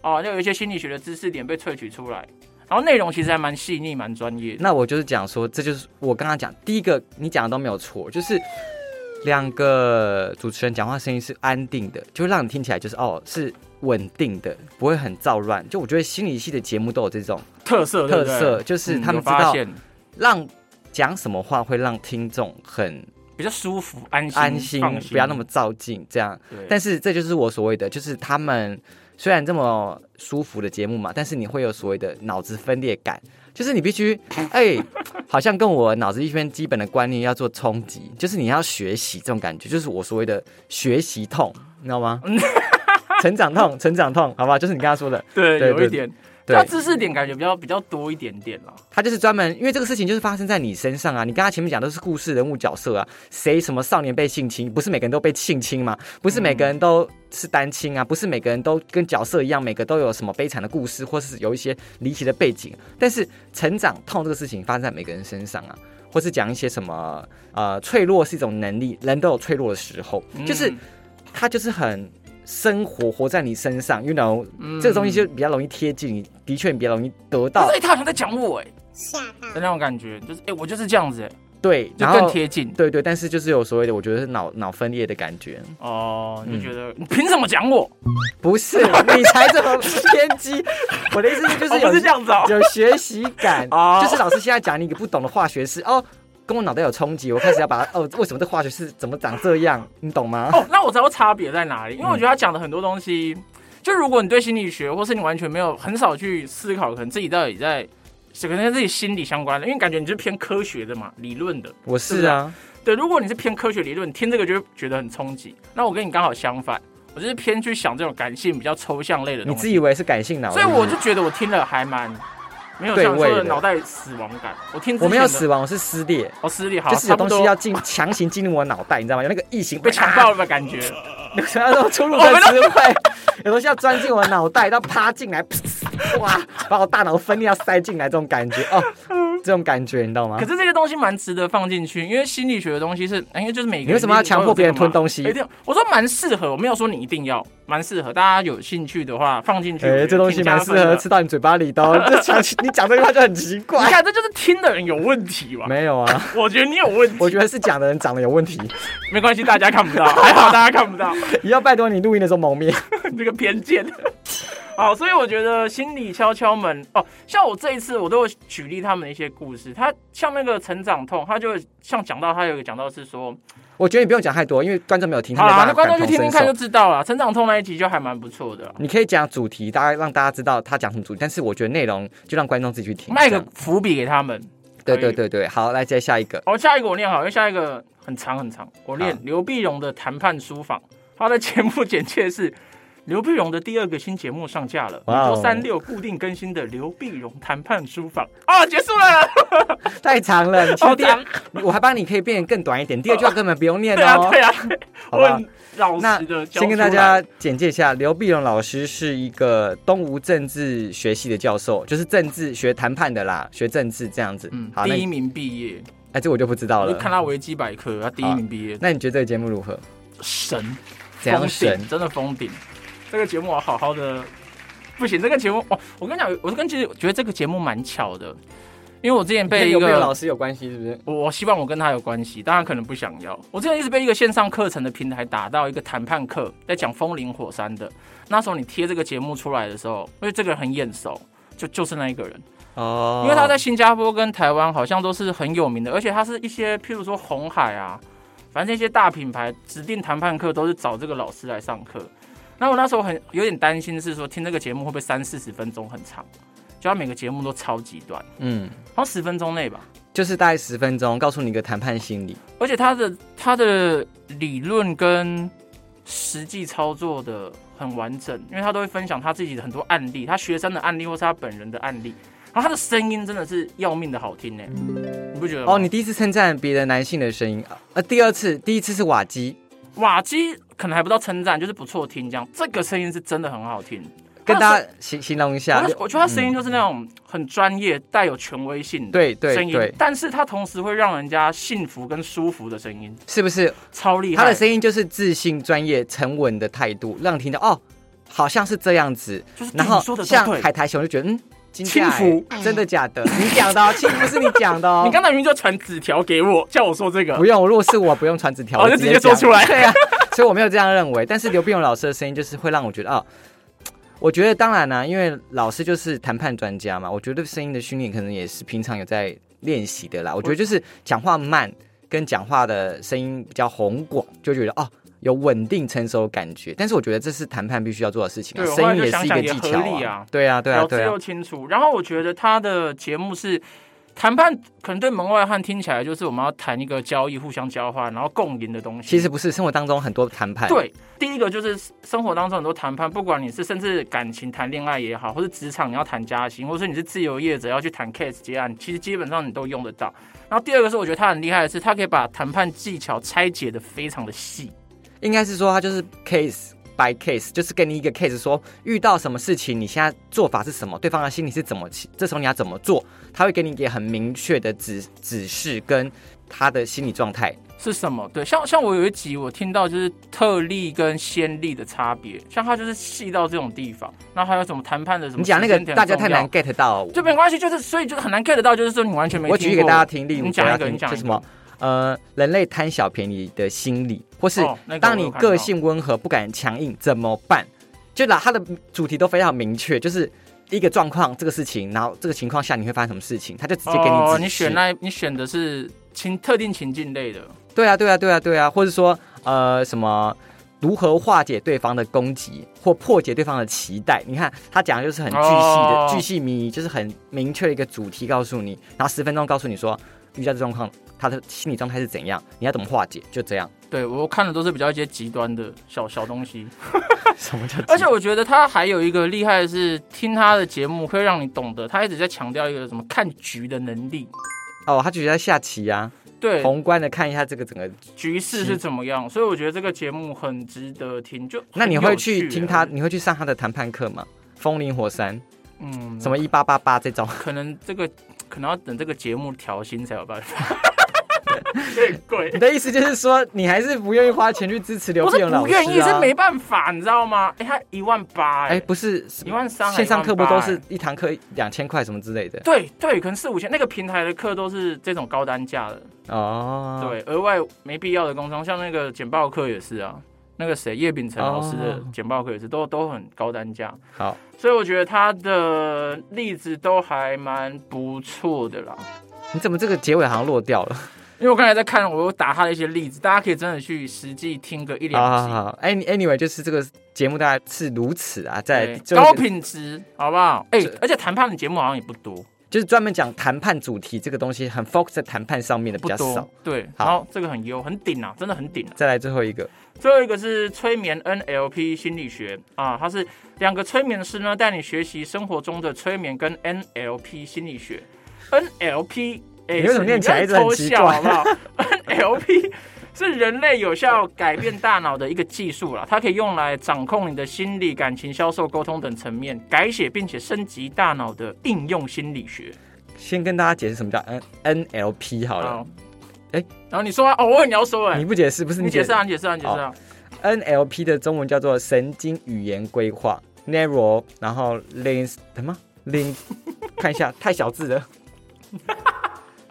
Speaker 2: 哦，又有一些心理学的知识点被萃取出来，然后内容其实还蛮细腻、蛮专业的。
Speaker 1: 那我就是讲说，这就是我刚刚讲第一个，你讲的都没有错，就是两个主持人讲话声音是安定的，就让你听起来就是哦是稳定的，不会很躁乱。就我觉得心理系的节目都有这种
Speaker 2: 特色对
Speaker 1: 特
Speaker 2: 不对
Speaker 1: 色，就是
Speaker 2: 嗯
Speaker 1: 他们
Speaker 2: 有
Speaker 1: 知
Speaker 2: 发
Speaker 1: 道
Speaker 2: 现
Speaker 1: 让讲什么话会让听众很
Speaker 2: 比较舒服、安心、
Speaker 1: 安心
Speaker 2: 放心
Speaker 1: 不要那么。躁进这样。
Speaker 2: 对，
Speaker 1: 但是这就是我所谓的，就是他们虽然这么舒服的节目嘛，但是你会有所谓的脑子分裂感，就是你必须哎、好像跟我脑子一圈基本的观念要做冲击，就是你要学习这种感觉，就是我所谓的学习痛，你知道吗？成长痛，成长痛，好不好？就是你刚刚说的，
Speaker 2: 对，
Speaker 1: 对
Speaker 2: 有
Speaker 1: 对
Speaker 2: 一点，
Speaker 1: 对
Speaker 2: 他知识点感觉比较比较多一点点啦。
Speaker 1: 他就是专门，因为这个事情就是发生在你身上啊。你刚刚前面讲都是故事人物角色啊，谁什么少年被性侵，不是每个人都被性侵嘛？不是每个人都是单亲啊，不是每个人都跟角色一样，每个都有什么悲惨的故事，或是有一些离奇的背景。但是成长痛这个事情发生在每个人身上啊，或是讲一些什么呃，脆弱是一种能力，人都有脆弱的时候，就是
Speaker 2: 嗯
Speaker 1: 它就是很生活活在你身上，you know，、这个
Speaker 2: 嗯
Speaker 1: 东西就比较容易贴近你，的确你比较容易得到
Speaker 2: 不是他好像在讲我哎、
Speaker 3: 吓到
Speaker 2: 的那种感觉，就是哎、我就是这样子、哎，
Speaker 1: 对，
Speaker 2: 就
Speaker 1: 然后
Speaker 2: 更贴近
Speaker 1: 对对，但是就是有所谓的，我觉得是脑脑分裂的感觉，
Speaker 2: 哦，你
Speaker 1: 嗯
Speaker 2: 就觉得、你凭什么讲我？
Speaker 1: 不 是你才这么偏激。我的意思是，就是
Speaker 2: 哦
Speaker 1: 有、
Speaker 2: 不是这样子哦
Speaker 1: 有 学习感，
Speaker 2: 哦
Speaker 1: 就是老师现在讲你一个不懂的化学式哦。跟我脑袋有冲击，我开始要把它哦，为什么这化学式怎么长这样？你懂吗？
Speaker 2: 哦，那我知道差别在哪里，因为我觉得他讲的很多东西，就如果你对心理学，或是你完全没有很少去思考，可能自己到底在，可能跟自己心理相关的，因为感觉你是偏科学的嘛，理论的。
Speaker 1: 我
Speaker 2: 是
Speaker 1: 是
Speaker 2: 不是
Speaker 1: 啊，
Speaker 2: 对，如果你是偏科学理论，你听这个就会觉得很冲击。那我跟你刚好相反，我就是偏去想这种感性、比较抽象类的
Speaker 1: 你
Speaker 2: 东
Speaker 1: 自
Speaker 2: 西，
Speaker 1: 以为是感性脑，
Speaker 2: 所以我就觉得我听了还蛮没有
Speaker 1: 对
Speaker 2: 像你说
Speaker 1: 味
Speaker 2: 的
Speaker 1: 的
Speaker 2: 脑袋死亡感。我听之前的
Speaker 1: 我没有死亡，我是撕裂，
Speaker 2: 哦，私立好，
Speaker 1: 就是
Speaker 2: 差
Speaker 1: 有
Speaker 2: 不
Speaker 1: 东
Speaker 2: 多
Speaker 1: 西要进强行进入我脑袋，你知道吗？有那个异形
Speaker 2: 被强暴了的感觉。
Speaker 1: 有什么种出入的词汇，有东西要钻进我的脑袋，到趴进来，噗哇，把我大脑分裂要塞进来，这种感觉哦，这种感觉你知道吗
Speaker 2: 可？是这些东西蛮值得放进去，因为心理学的东西是，哎因为就是每个人
Speaker 1: 你为什么要强迫别人吞东西
Speaker 2: 一定，我说蛮适合，我没有说你一定要，蛮适合。大家有兴趣的话放进去，
Speaker 1: 哎、
Speaker 2: 我觉得
Speaker 1: 这东西
Speaker 2: 挺加
Speaker 1: 蛮适
Speaker 2: 分的
Speaker 1: 合吃。到你嘴巴里的、哦。这讲你讲这句话就很奇
Speaker 2: 你
Speaker 1: 怪。
Speaker 2: 看，这就是听的人有问题吧？
Speaker 1: 没有啊，
Speaker 2: 我觉得你有问题，
Speaker 1: 我觉得是讲的人长得有问题。
Speaker 2: 没关系，大家看不到， 还好大家看不到
Speaker 1: 以后拜托你录音的时候蒙面。
Speaker 2: 这个偏见。好，所以我觉得心理敲敲门哦，像我这一次我都有举例他们的一些故事，他像那个成长痛，他就会像讲到他有一个讲到是说，
Speaker 1: 我觉得你不用讲太多，因为观众没有听，他
Speaker 2: 好
Speaker 1: 没
Speaker 2: 啦，
Speaker 1: 办
Speaker 2: 那
Speaker 1: 法
Speaker 2: 观
Speaker 1: 感
Speaker 2: 众
Speaker 1: 同
Speaker 2: 去
Speaker 1: 身
Speaker 2: 听听看就
Speaker 1: 受。
Speaker 2: 知道了。成长痛那一集就还蛮不错的啦，
Speaker 1: 你可以讲主题，大概让大家知道他讲什么主题，但是我觉得内容就让观众自己去听。
Speaker 2: 卖
Speaker 1: 嗯这
Speaker 2: 个
Speaker 1: 样
Speaker 2: 伏笔给他们。
Speaker 1: 对对对对，好，来接下一个。
Speaker 2: 哦，下一个我念好，因为下一个很长很长，我念
Speaker 1: 好
Speaker 2: 刘碧荣的《谈判书房》，他的节目简介是。刘碧荣的第二个新节目上架了，每
Speaker 1: 哇哦
Speaker 2: 周三六固定更新的《刘碧荣谈判书房》啊，结束 了。
Speaker 1: 太长了，你
Speaker 2: 好
Speaker 1: 去
Speaker 2: 长
Speaker 1: 掉，我还帮你可以变得更短一点。第二句话根本不用念
Speaker 2: 对啊，
Speaker 1: 哦
Speaker 2: 对。啊，
Speaker 1: 好
Speaker 2: 我
Speaker 1: 吧
Speaker 2: 很老
Speaker 1: 那
Speaker 2: 实的教
Speaker 1: 先跟
Speaker 2: 出
Speaker 1: 大
Speaker 2: 来
Speaker 1: 家简介一下，刘碧荣老师是一个东吴政治学系的教授，就是政治学谈判的啦，学政治这样子。
Speaker 2: 嗯，
Speaker 1: 好，那
Speaker 2: 第一
Speaker 1: 你
Speaker 2: 名毕业，
Speaker 1: 哎，这我就不知道
Speaker 2: 我就
Speaker 1: 了。
Speaker 2: 看他维基百科，他第一
Speaker 1: 好
Speaker 2: 名毕业，
Speaker 1: 那你觉得这个节目如何？
Speaker 2: 神，
Speaker 1: 怎样
Speaker 2: 封
Speaker 1: 神
Speaker 2: 顶？真的封顶。这个节目我好好的，不行，这个节目我我跟你讲，我跟其实觉得这个节目蛮巧的，因为我之前被
Speaker 1: 跟
Speaker 2: 一
Speaker 1: 刘碧荣老
Speaker 2: 个。
Speaker 1: 师有关系是不是？
Speaker 2: 我我希望我跟他有关系，当然可能不想要。我之前一直被一个线上课程的平台打到一个谈判课，在讲风林火山的。那时候你贴这个节目出来的时候，因为这个人很眼熟，就就是那一个人。
Speaker 1: 哦
Speaker 2: 因为他在新加坡跟台湾好像都是很有名的，而且他是一些譬如说红海啊，反正一些大品牌指定谈判课都是找这个老师来上课。那我那时候很有点担心，是说听这个节目会不会三四十分钟很长，就他每个节目都超级短，
Speaker 1: 嗯，
Speaker 2: 好像十分钟内吧。
Speaker 1: 就是大概十分钟，告诉你一个谈判心理。
Speaker 2: 而且他的他的理论跟实际操作的很完整，因为他都会分享他自己的很多案例，他学生的案例或是他本人的案例。然后他的声音真的是要命的好听呢，你不觉得吗？
Speaker 1: 哦，你第一次称赞别的男性的声音，呃，第二次，第一次是瓦基，
Speaker 2: 瓦基可能还不到称赞，就是不错听这样。这个声音是真的很好听，
Speaker 1: 跟大
Speaker 2: 家。
Speaker 1: 家形形容一
Speaker 2: 我
Speaker 1: 下。
Speaker 2: 就我觉得他声音就是那种很专业、带有权威性的
Speaker 1: 对嗯对
Speaker 2: 声音
Speaker 1: 对，
Speaker 2: 但是他同时会让人家幸福跟舒服的声音，
Speaker 1: 是不是
Speaker 2: 超厉害。
Speaker 1: 他的声音就是自信、专业、沉稳的态度，让你听到哦，好像是这样子。
Speaker 2: 就是对
Speaker 1: 然后
Speaker 2: 你说的都
Speaker 1: 像
Speaker 2: 对
Speaker 1: 海苔熊就觉得嗯，惊
Speaker 2: 轻
Speaker 1: 讶
Speaker 2: 浮
Speaker 1: 欸真的假的？你讲的、哦，幸福是你讲的哦。
Speaker 2: 你刚才明明就传纸条给我，叫我说这 个
Speaker 1: 不，用，如果是我不用传纸条，
Speaker 2: 哦
Speaker 1: 我
Speaker 2: 就直接说
Speaker 1: 讲
Speaker 2: 出来
Speaker 1: 对啊，所以我没有这样认为。但是刘碧荣老师的声音就是会让我觉得哦。我觉得当然啦、因为老师就是谈判专家嘛，我觉得声音的训练可能也是平常有在练习的啦。我觉得就是讲话慢跟讲话的声音比较宏广，就觉得哦，有稳定成熟的感觉。但是我觉得这是谈判必须要做的事情、啊，
Speaker 2: 对我后来
Speaker 1: 声音
Speaker 2: 就
Speaker 1: 也
Speaker 2: 想
Speaker 1: 是一
Speaker 2: 想
Speaker 1: 个
Speaker 2: 也
Speaker 1: 技
Speaker 2: 合
Speaker 1: 巧
Speaker 2: 理
Speaker 1: 啊
Speaker 2: 啊，
Speaker 1: 对啊，对啊，
Speaker 2: 咬字
Speaker 1: 对啊
Speaker 2: 又，清楚。然后我觉得他的节目是谈判，可能对门外汉听起来就是我们要谈一个交易，互相交换，然后共赢的东西。
Speaker 1: 其实不是，生活当中很多谈判，
Speaker 2: 对，第一个就是生活当中很多谈判，不管你是甚至感情谈恋爱也好，或是职场你要谈加薪，或是你是自由业者要去谈 case 接案，其实基本上你都用得到。然后第二个是我觉得他很厉害的是，他可以把谈判技巧拆解的非常的细。
Speaker 1: 应该是说它就是 case by case，就是给你一个 case，说遇到什么事情，你现在做法是什么，对方的心里是怎么起，这时候你要怎么做，他会给你一个很明确的指指示跟他的心理状态。
Speaker 2: 是什么？对，像像我有一集我听到就是特例跟先例的差别，像他就是细到这种地方，然后还有什么谈判的什么
Speaker 1: 你讲那
Speaker 2: 时
Speaker 1: 个
Speaker 2: 间点
Speaker 1: 大家太
Speaker 2: 重要
Speaker 1: 难 get 到，
Speaker 2: 就没关系，就是所以就是很难 get 得到，就是说你完全没
Speaker 1: 我举一
Speaker 2: 听
Speaker 1: 个
Speaker 2: 过
Speaker 1: 大家听例，
Speaker 2: 你
Speaker 1: 我
Speaker 2: 讲
Speaker 1: 大
Speaker 2: 一
Speaker 1: 家
Speaker 2: 个，
Speaker 1: 听
Speaker 2: 你讲
Speaker 1: 就
Speaker 2: 一
Speaker 1: 什
Speaker 2: 个
Speaker 1: 么呃，人类贪小便宜的心理，或是
Speaker 2: 哦那个
Speaker 1: 当
Speaker 2: 我有
Speaker 1: 你
Speaker 2: 看到
Speaker 1: 个性温和不敢强硬怎么办？就拿它的主题都非常明确，就是一个状况，这个事情，然后这个情况下你会发生什么事情，他就直接给你指
Speaker 2: 哦
Speaker 1: 示。，
Speaker 2: 你选那你选的是情特定情境类的，
Speaker 1: 对啊，对啊，对啊，对啊，或者说呃什么。如何化解对方的攻击或破解对方的期待？你看他讲的就是很巨细的、
Speaker 2: 哦
Speaker 1: 巨细靡遗，就是很明确的一个主题告诉你，然后十分钟告诉你说遇到这状况，他的心理状态是怎样，你要怎么化解，就 这样。
Speaker 2: 对我看的都是比较一些极端的小小东西。
Speaker 1: 什么叫？
Speaker 2: 而且我觉得他还有一个厉害的是，听他的节目会让你懂得，他一直在强调一个什么看局的能力，
Speaker 1: 哦，他只是在下棋啊，
Speaker 2: 对
Speaker 1: 宏观的看一下这个整个。
Speaker 2: 局势是怎么样，所以我觉得这个节目很值得听。就很
Speaker 1: 那你
Speaker 2: 有
Speaker 1: 会去
Speaker 2: 趣啊
Speaker 1: 听
Speaker 2: 耶
Speaker 1: 他，？你会去上他的谈判课吗？风林火山，
Speaker 2: 嗯，
Speaker 1: 什么一八八八这种，
Speaker 2: 可能这个可能要等这个节目调薪才有办法， 有点贵
Speaker 1: 你。的意思就是说，你还是不愿意花钱去支持刘
Speaker 2: 不
Speaker 1: 碧
Speaker 2: 是
Speaker 1: 荣老
Speaker 2: 不
Speaker 1: 师、啊？
Speaker 2: 愿意，是没办法，你知道吗？哎、他一万八、哎、
Speaker 1: 哎、不是
Speaker 2: 一万三，
Speaker 1: 线上课不都是
Speaker 2: 哎？
Speaker 1: 一堂欸课两千块什么之类的
Speaker 2: 对对，可能四五千，那个平台的课都是这种高单价的，
Speaker 1: 哦？，
Speaker 2: 对，额外没必要的工商，像那个简报课也是啊，那个谁叶秉成老师的
Speaker 1: 哦
Speaker 2: 简报课也是，都都很高单价，
Speaker 1: 好，
Speaker 2: 所以我觉得他的例子都还蛮不错的啦。
Speaker 1: 你怎么这个结尾好像落掉 了？
Speaker 2: 因为我刚才在看，我有打他的一些例子，大家可以真的去实际听个一两
Speaker 1: 好
Speaker 2: 集。
Speaker 1: 好好，哎、anyway，就是这个节目大概是如此啊，在
Speaker 2: 对
Speaker 1: 最后
Speaker 2: 高
Speaker 1: 一个
Speaker 2: 品质，好不好？哎、
Speaker 1: 这
Speaker 2: 而且谈判的节目好像也不多，
Speaker 1: 就是专门讲谈判主题这个东西，很 focus 在谈判上面的比
Speaker 2: 不
Speaker 1: 较
Speaker 2: 多
Speaker 1: 少。。
Speaker 2: 对，
Speaker 1: 好
Speaker 2: 然后这个很优，很顶啊，真的很顶啊。
Speaker 1: 再来最后一个，
Speaker 2: 最后一个是催眠 NLP 心理学啊，它是两个催眠师呢带你学习生活中的催眠跟 NLP 心理学。NLP，哎、
Speaker 1: 你为什么
Speaker 2: 是
Speaker 1: 念起来一直
Speaker 2: 在
Speaker 1: 很
Speaker 2: 偷
Speaker 1: 奇
Speaker 2: 笑
Speaker 1: 怪
Speaker 2: 好不 好？NLP 是人类有效改变大脑的一个技术啦，它可以用来掌控你的心理、感情、销售、沟通等层面，改写并且升级大脑的应用心理学。
Speaker 1: 先跟大家解释什么叫 N NLP 好了，，哎
Speaker 2: 啊然后你说啊，哦，我问你要说、哎
Speaker 1: 你，不解释不是
Speaker 2: 你解释
Speaker 1: 释
Speaker 2: 啊，你解释啊，你解释啊。
Speaker 1: NLP 的中文叫做神经语言规划 （Neural），然后 Lins 什么 Lin，看一 下太小字 了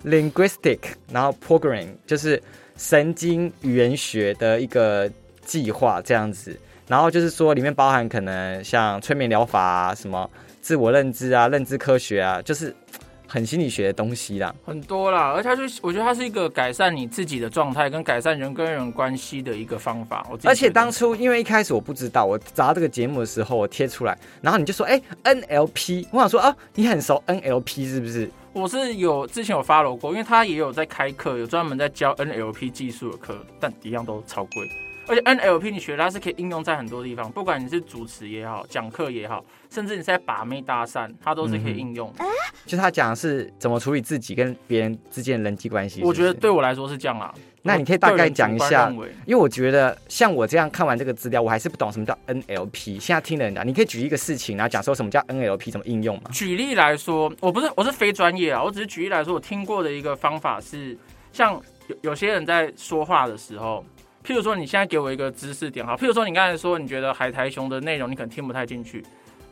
Speaker 1: ，Linguistic，然后 Programming 就是神经语言学的一个计划这样子。然后就是说里面包含可能像催眠疗法啊、什么自我认知啊、认知科学啊，就是很心理学的东西啦。
Speaker 2: 很多啦，而且它就是，我觉得它是一个改善你自己的状态跟改善人跟人关系的一个方法。我自己
Speaker 1: 而且
Speaker 2: 觉得
Speaker 1: 当初因为一开始我不知道，我找到这个节目的时候，我贴出来，然后你就说，哎、n l p 我想说啊，你很熟 NLP 是不是？
Speaker 2: 我是有之前有 follow 过，因为他也有在开课，有专门在教 NLP 技术的课，但一样都超贵。而且 NLP 你学它是可以应用在很多地方，不管你是主持也好，讲课也好，甚至你是在把妹搭讪，它都是可
Speaker 1: 嗯
Speaker 2: 以应用。
Speaker 1: 就是他讲的是怎么处理自己跟别人之间的人际关系。
Speaker 2: 我觉得
Speaker 1: 是不是，
Speaker 2: 对我来说是这样啦。
Speaker 1: 那你可以大概讲一下
Speaker 2: 我个人主观认为
Speaker 1: 因为我觉得像我这样看完这个资料，我还是不懂什么叫 NLP。现在听人家，你可以举一个事情，然后讲说什么叫 NLP 怎么应用嘛？
Speaker 2: 举例来说，我不是我是非专业啊，我只是举例来说，我听过的一个方法是，像有有些人在说话的时候，譬如说你现在给我一个知识点哈，譬如说你刚才说你觉得海苔熊的内容你可能听不太进去，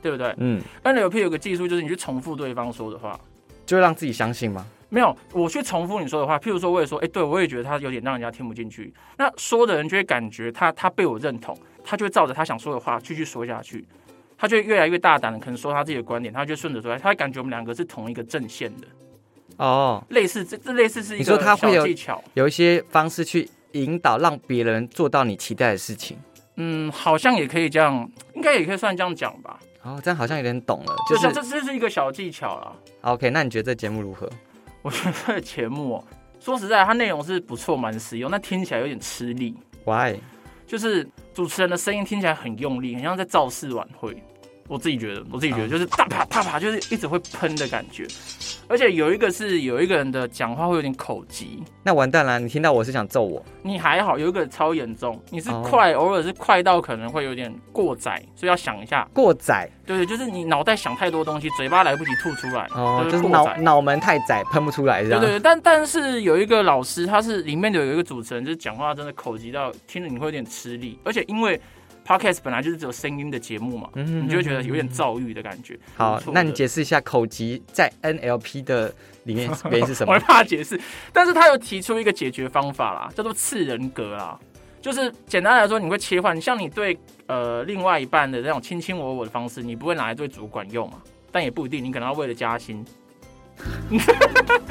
Speaker 2: 对不对
Speaker 1: 嗯，
Speaker 2: ？NLP 有个技术就是你去重复对方说的话，
Speaker 1: 就让自己相信吗？
Speaker 2: 没有，我去重复你说的话，譬如说我也说，哎、对我也觉得他有点让人家听不进去，那说的人就会感觉他他被我认同，他就会照着他想说的话继续说下去。他就会越来越大胆的，可能说他自己的观点，他就顺着说，他会感觉我们两个是同一个阵线的。
Speaker 1: 哦，
Speaker 2: 类似这这类似是一
Speaker 1: 你说
Speaker 2: 个
Speaker 1: 它
Speaker 2: 小
Speaker 1: 会有
Speaker 2: 技巧，
Speaker 1: 有一些方式去引导，让别人做到你期待的事情。
Speaker 2: 嗯，好像也可以这样，应该也可以算这样讲吧。
Speaker 1: 哦，这样好像有点懂了，就
Speaker 2: 就
Speaker 1: 是是
Speaker 2: 啊这这是一个小技巧啦。
Speaker 1: OK。那你觉得这节目如何？
Speaker 2: 我觉得 这个节目、哦，说实在，它内容是不错，蛮实用，但听起来有点吃力。
Speaker 1: Why？
Speaker 2: 就是主持人的声音听起来很用力，很像在造势晚会。我自己觉得，我自己觉
Speaker 1: 啊
Speaker 2: 得就是大啪大啪，就是一直会喷的感觉。而且有一个是有一个人的讲话会有点口急，
Speaker 1: 那完蛋了，你听到我是想揍我。
Speaker 2: 你还好，有一个超严重，你是
Speaker 1: 哦
Speaker 2: 快，偶尔是快到可能会有点过载，所以要想一下。
Speaker 1: 过载
Speaker 2: 对对，就是你脑袋想太多东西，嘴巴来不及吐出来，
Speaker 1: 哦，就是
Speaker 2: 过
Speaker 1: 脑
Speaker 2: 载。
Speaker 1: 脑门太窄，喷不出来这
Speaker 2: 对
Speaker 1: 样。
Speaker 2: 对对，但但是有一个老师，他是里面的有一个主持人，就是讲话真的口急到听着你会有点吃力，而且因为 podcast 本来就是只有声音的节目嘛，
Speaker 1: 嗯哼哼
Speaker 2: 你就会觉得有点躁郁的感觉。
Speaker 1: 好
Speaker 2: 不错，的
Speaker 1: 那你解释一下口疾在 NLP 的里 面原因是什
Speaker 2: 我
Speaker 1: 么
Speaker 2: 会？怕解释，但是他有提出一个解决方法啦，叫做次人格啦，就是简单来说，你会切换，像你对呃另外一半的那种卿卿我我的方式，你不会拿来对主管用嘛，但也不一定，你可能要为了加薪，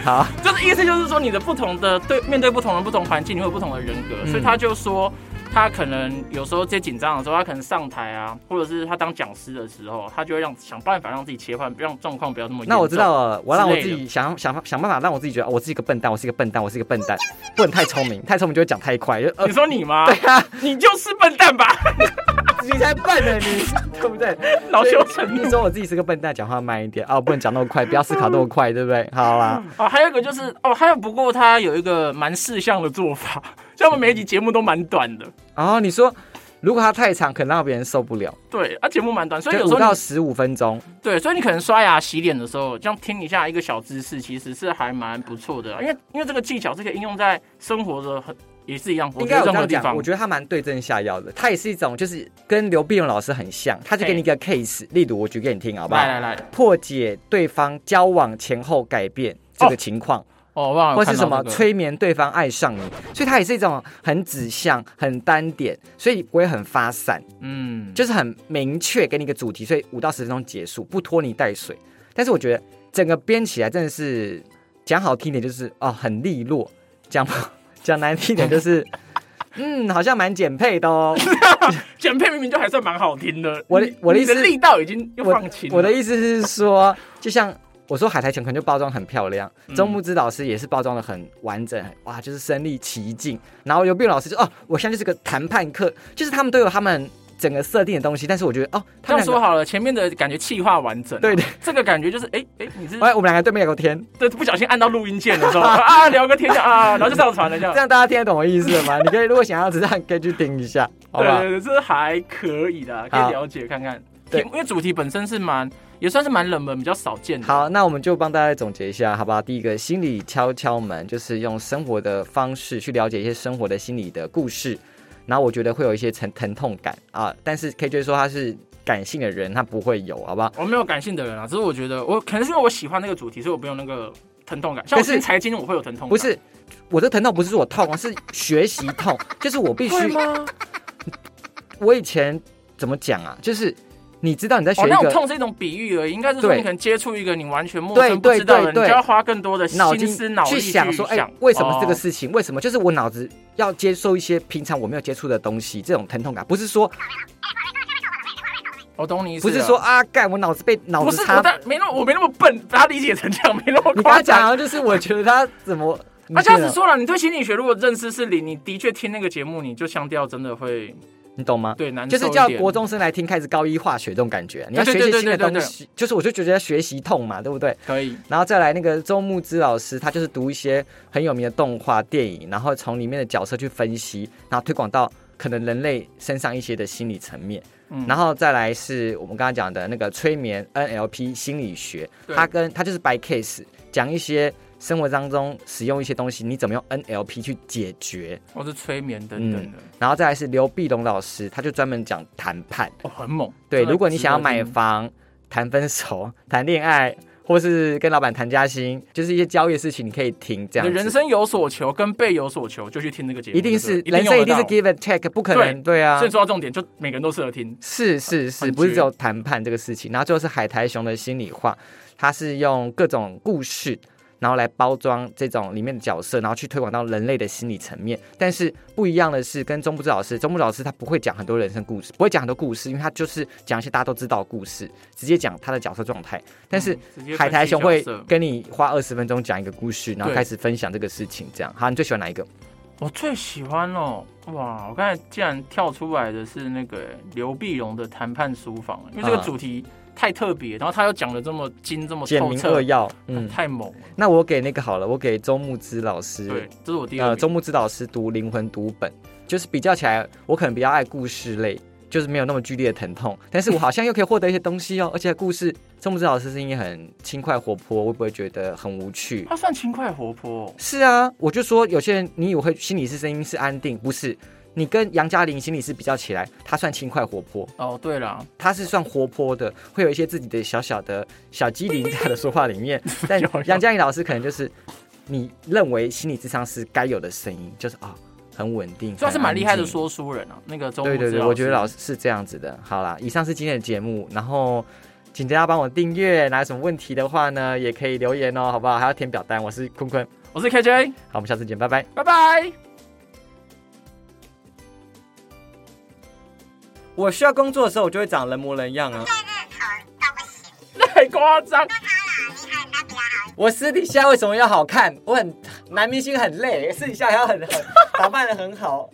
Speaker 1: 好，
Speaker 2: 就是意思就是说，你的不同的对面对不同的不同环境，你会有不同的人格，
Speaker 1: 嗯
Speaker 2: 所以他就说，他可能有时候最紧张的时候，他可能上台啊，或者是他当讲师的时候，他就会让想办法让自己切换，不让状况不要那么严重。
Speaker 1: 那我知道了，我要让我自
Speaker 2: 之类
Speaker 1: 己想想想办法，让我自己觉得、哦我是一个笨蛋，我是一个笨蛋，我是一个笨蛋，不能太聪明，太聪明就会讲太快，就 呃
Speaker 2: 你，说你吗？
Speaker 1: 对啊，
Speaker 2: 你就是笨蛋吧，
Speaker 1: 你才笨呢，你 对不对？
Speaker 2: 恼羞
Speaker 1: 所以
Speaker 2: 成
Speaker 1: 你
Speaker 2: 怒。
Speaker 1: 说我自己是个笨蛋，讲话慢一点啊、哦，不能讲那么快，不要思考那么快，对不对？好 啦，
Speaker 2: 哦，还有一个就是哦，还有不过他有一个蛮事项的做法，就我们每一集节目都蛮短的，
Speaker 1: 然哦后你说如果它太长，可能让别人受不了，
Speaker 2: 对，啊，节目蛮短，所以
Speaker 1: 就
Speaker 2: 有
Speaker 1: 五
Speaker 2: 时候
Speaker 1: 到
Speaker 2: 你
Speaker 1: 十五分钟。
Speaker 2: 对，所以你可能刷牙、洗脸的时候，这样听一下一个小知识，其实是还蛮不错的啊。因为因为这个技巧是可以应用在生活的很也是一样，我
Speaker 1: 应
Speaker 2: 觉
Speaker 1: 该有这
Speaker 2: 得任何
Speaker 1: 样
Speaker 2: 地
Speaker 1: 讲，
Speaker 2: 方
Speaker 1: 我。觉得他蛮对症下药的。他也是一种，就是跟刘碧荣老师很像，他就给你一个 case，例如我举给你听，好不好？
Speaker 2: 来来来，
Speaker 1: 破解对方交往前后改变这个情况，
Speaker 2: 哦，我忘了
Speaker 1: 或是什么
Speaker 2: 吹
Speaker 1: 催眠对方爱上你，所以它也是一种很指向、很单点，所以不会很发散，
Speaker 2: 嗯，
Speaker 1: 就是很明确给你一个主题，所以五到十分钟结束，不拖泥带水。但是我觉得整个编起来真的是讲好听一点就是哦很利落，讲 不讲难听一点 就是。嗯，好像蛮简配的哦。
Speaker 2: 剪片明明就还算蛮好听的，
Speaker 1: 我的
Speaker 2: 你
Speaker 1: 我的
Speaker 2: 你
Speaker 1: 意思
Speaker 2: 力道已经又
Speaker 1: 我
Speaker 2: 放轻了
Speaker 1: 我的意思是
Speaker 2: 啊
Speaker 1: 说，就像我说海苔熊可能就包装很漂亮，
Speaker 2: 嗯
Speaker 1: 周木之老师也是包装的很完整，很哇，就是身临其境。然后刘碧荣老师就哦，我现在就是个谈判课，就是他们都有他们整个设定的东西，但是我觉得哦，
Speaker 2: 这
Speaker 1: 他们
Speaker 2: 样
Speaker 1: 两
Speaker 2: 说
Speaker 1: 个
Speaker 2: 好了，前面的感觉气化完整，啊
Speaker 1: 对对，
Speaker 2: 这个感觉就是哎哎，你是
Speaker 1: 哎，我们两个对面聊个天，
Speaker 2: 对不小心按到录音键的时候 啊，聊个天这样啊，然后就上传了这样
Speaker 1: 这。样大家听得懂我意思了吗？ 你可以如果想要知道，你可以去听一 下， 好
Speaker 2: 对
Speaker 1: 不好？
Speaker 2: 对对，这还可以的，可以
Speaker 1: 好
Speaker 2: 了解看看。
Speaker 1: 对
Speaker 2: 因为主题本身是蛮也算是蛮冷门，比较少见的。
Speaker 1: 好，那我们就帮大家总结一下，好不好？第一个心理敲敲门，就是用生活的方式去了解一些生活的心理的故事，然后我觉得会有一些疼疼痛感啊，但是 KJ 说他是感性的人，他不会有，好不好？
Speaker 2: 我没有感性的人啊，只是我觉得我可能是因为我喜欢那个主题，所以我不用那个疼痛感。像我
Speaker 1: 可是
Speaker 2: 听财经，我会有疼痛感，
Speaker 1: 不是，我的疼痛不是说我痛，啊是学习痛， 就是我必须，
Speaker 2: 会吗？
Speaker 1: 我以前怎么讲啊？就是你知道你在学
Speaker 2: 哦，
Speaker 1: 一
Speaker 2: 那种
Speaker 1: 个
Speaker 2: 痛是一种比喻而已，应该是说
Speaker 1: 对
Speaker 2: 你可能接触一个你完全陌
Speaker 1: 对
Speaker 2: 生不知道的
Speaker 1: 对
Speaker 2: 人，
Speaker 1: 对
Speaker 2: 你就要花更多的
Speaker 1: 脑
Speaker 2: 心
Speaker 1: 筋
Speaker 2: 思脑力哦
Speaker 1: 去想说，哎、为什么这个事情？为什么？就是我脑子要接受一些平常我没有接触的东西，这种疼痛感，不是说
Speaker 2: 啊哦我懂你意
Speaker 1: 不
Speaker 2: 思了，
Speaker 1: 是说啊，干我脑子被脑
Speaker 2: 不
Speaker 1: 子
Speaker 2: 是
Speaker 1: 插
Speaker 2: 我，但没那么我没那么笨，把它理解成这样，没那么
Speaker 1: 你跟
Speaker 2: 夸
Speaker 1: 他讲，然
Speaker 2: 张。
Speaker 1: 后就是我觉得他怎 么，
Speaker 2: 啊，
Speaker 1: 你
Speaker 2: 这
Speaker 1: 觉
Speaker 2: 样子
Speaker 1: 得
Speaker 2: 说了，你对心理学如果认识是零，你的确听那个节目，你就相调真的会
Speaker 1: 你懂吗？
Speaker 2: 对难受
Speaker 1: 就
Speaker 2: 一
Speaker 1: 是
Speaker 2: 点。
Speaker 1: 叫国中生来听开始高一化学这种感觉，你要
Speaker 2: 对
Speaker 1: 学
Speaker 2: 对
Speaker 1: 习
Speaker 2: 对
Speaker 1: 新的
Speaker 2: 对对
Speaker 1: 东西，就是我就觉得学习痛嘛，对不对？
Speaker 2: 可以，
Speaker 1: 然后再来那个周牧之老师，他就是读一些很有名的动画电影，然后从里面的角色去分析，然后推广到可能人类身上一些的心理层面。
Speaker 2: 嗯
Speaker 1: 然后再来是我们刚刚讲的那个催眠 NLP 心理学，
Speaker 2: 对
Speaker 1: 它跟它就是 by case 讲一些生活当中使用一些东西，你怎么用 NLP 去解决。
Speaker 2: 或是催眠等等的，
Speaker 1: 然后再来是刘碧龙老师，他就专门讲谈判。
Speaker 2: 哦，很猛。
Speaker 1: 对，
Speaker 2: 真的
Speaker 1: 如果你想要
Speaker 2: 值得
Speaker 1: 买
Speaker 2: 听
Speaker 1: 房、 谈分手、 谈恋爱，或是跟老板谈加薪，就是一些交易的事情，你可以听这
Speaker 2: 你
Speaker 1: 样
Speaker 2: 的人
Speaker 1: 子。
Speaker 2: 生有所求跟被有所求，就去听这个节目，
Speaker 1: 一定是
Speaker 2: 对不对
Speaker 1: 人生一定
Speaker 2: 用
Speaker 1: 是
Speaker 2: 得到
Speaker 1: give and take，不可能对啊
Speaker 2: 所以。说到重点，就每个人都适合听。
Speaker 1: 是是是，
Speaker 2: 很
Speaker 1: 不是
Speaker 2: 绝
Speaker 1: 只有谈判这个事情。然后最后是海苔熊的心里话，他是用各种故事，然后来包装这种里面的角色，然后去推广到人类的心理层面。但是不一样的是，跟中部之老师，中部老师他不会讲很多人生故事，不会讲很多故事，因为他就是讲一些大家都知道的故事，直接讲他的角色状态。但是
Speaker 2: 嗯直接
Speaker 1: 海
Speaker 2: 分
Speaker 1: 苔
Speaker 2: 析
Speaker 1: 熊
Speaker 2: 角
Speaker 1: 会
Speaker 2: 色
Speaker 1: 跟你花二十分钟讲一个故事，然后
Speaker 2: 对哦
Speaker 1: 开始分享这个事情，这样。好，你最喜欢哪一个？
Speaker 2: 我最喜欢哦，哇！我刚才竟然跳出来的是那个诶刘碧荣的谈判书房，因为这
Speaker 1: 嗯
Speaker 2: 个主题太特别，然后他又讲的这么精这么
Speaker 1: 简
Speaker 2: 透
Speaker 1: 明
Speaker 2: 彻
Speaker 1: 扼，要。 嗯，
Speaker 2: 太猛了。
Speaker 1: 那我给那个好了，我给周牧之老师。
Speaker 2: 对，这是我第二
Speaker 1: 呃，
Speaker 2: 名。
Speaker 1: 周牧之老师读灵魂读本，就是比较起来，我可能比较爱故事类，就是没有那么剧烈的疼痛，但是我好像又可以获得一些东西哦。而且故事，周牧之老师声音很轻快活泼，我不会觉得很无趣。
Speaker 2: 他算轻快活泼哦、
Speaker 1: 是啊，我就说有些人你以为会心理师声音是安定，不是。你跟杨嘉玲心理师比较起来，她算轻快活泼，
Speaker 2: 哦。对啦，
Speaker 1: 她是算活泼的，会有一些自己的小小的小机灵在她的说话里 面。但
Speaker 2: 有有
Speaker 1: 杨嘉玲老师可能就是你认为心理智商师该有的声音，就是啊、很稳定，
Speaker 2: 所以他是蛮厉害的
Speaker 1: 很安静
Speaker 2: 说书人啊。那个周牧
Speaker 1: 对对
Speaker 2: 之
Speaker 1: 对，
Speaker 2: 老
Speaker 1: 我觉得
Speaker 2: 师
Speaker 1: 老师是这样子的。好啦，以上是今天的节目，然后请大家帮我订阅。那有什么问题的话呢，也可以留言哦，好不好？还要填表单。我是坤坤，
Speaker 2: 我是 KJ，
Speaker 1: 好，我们下次见，拜拜。
Speaker 2: 拜拜。
Speaker 1: 我需要工作的时候，我就会长人模人样啊。
Speaker 2: 太夸张，
Speaker 1: 我私底下为什么要好看？我很男明星很累，私底下还要很很 打扮的很好。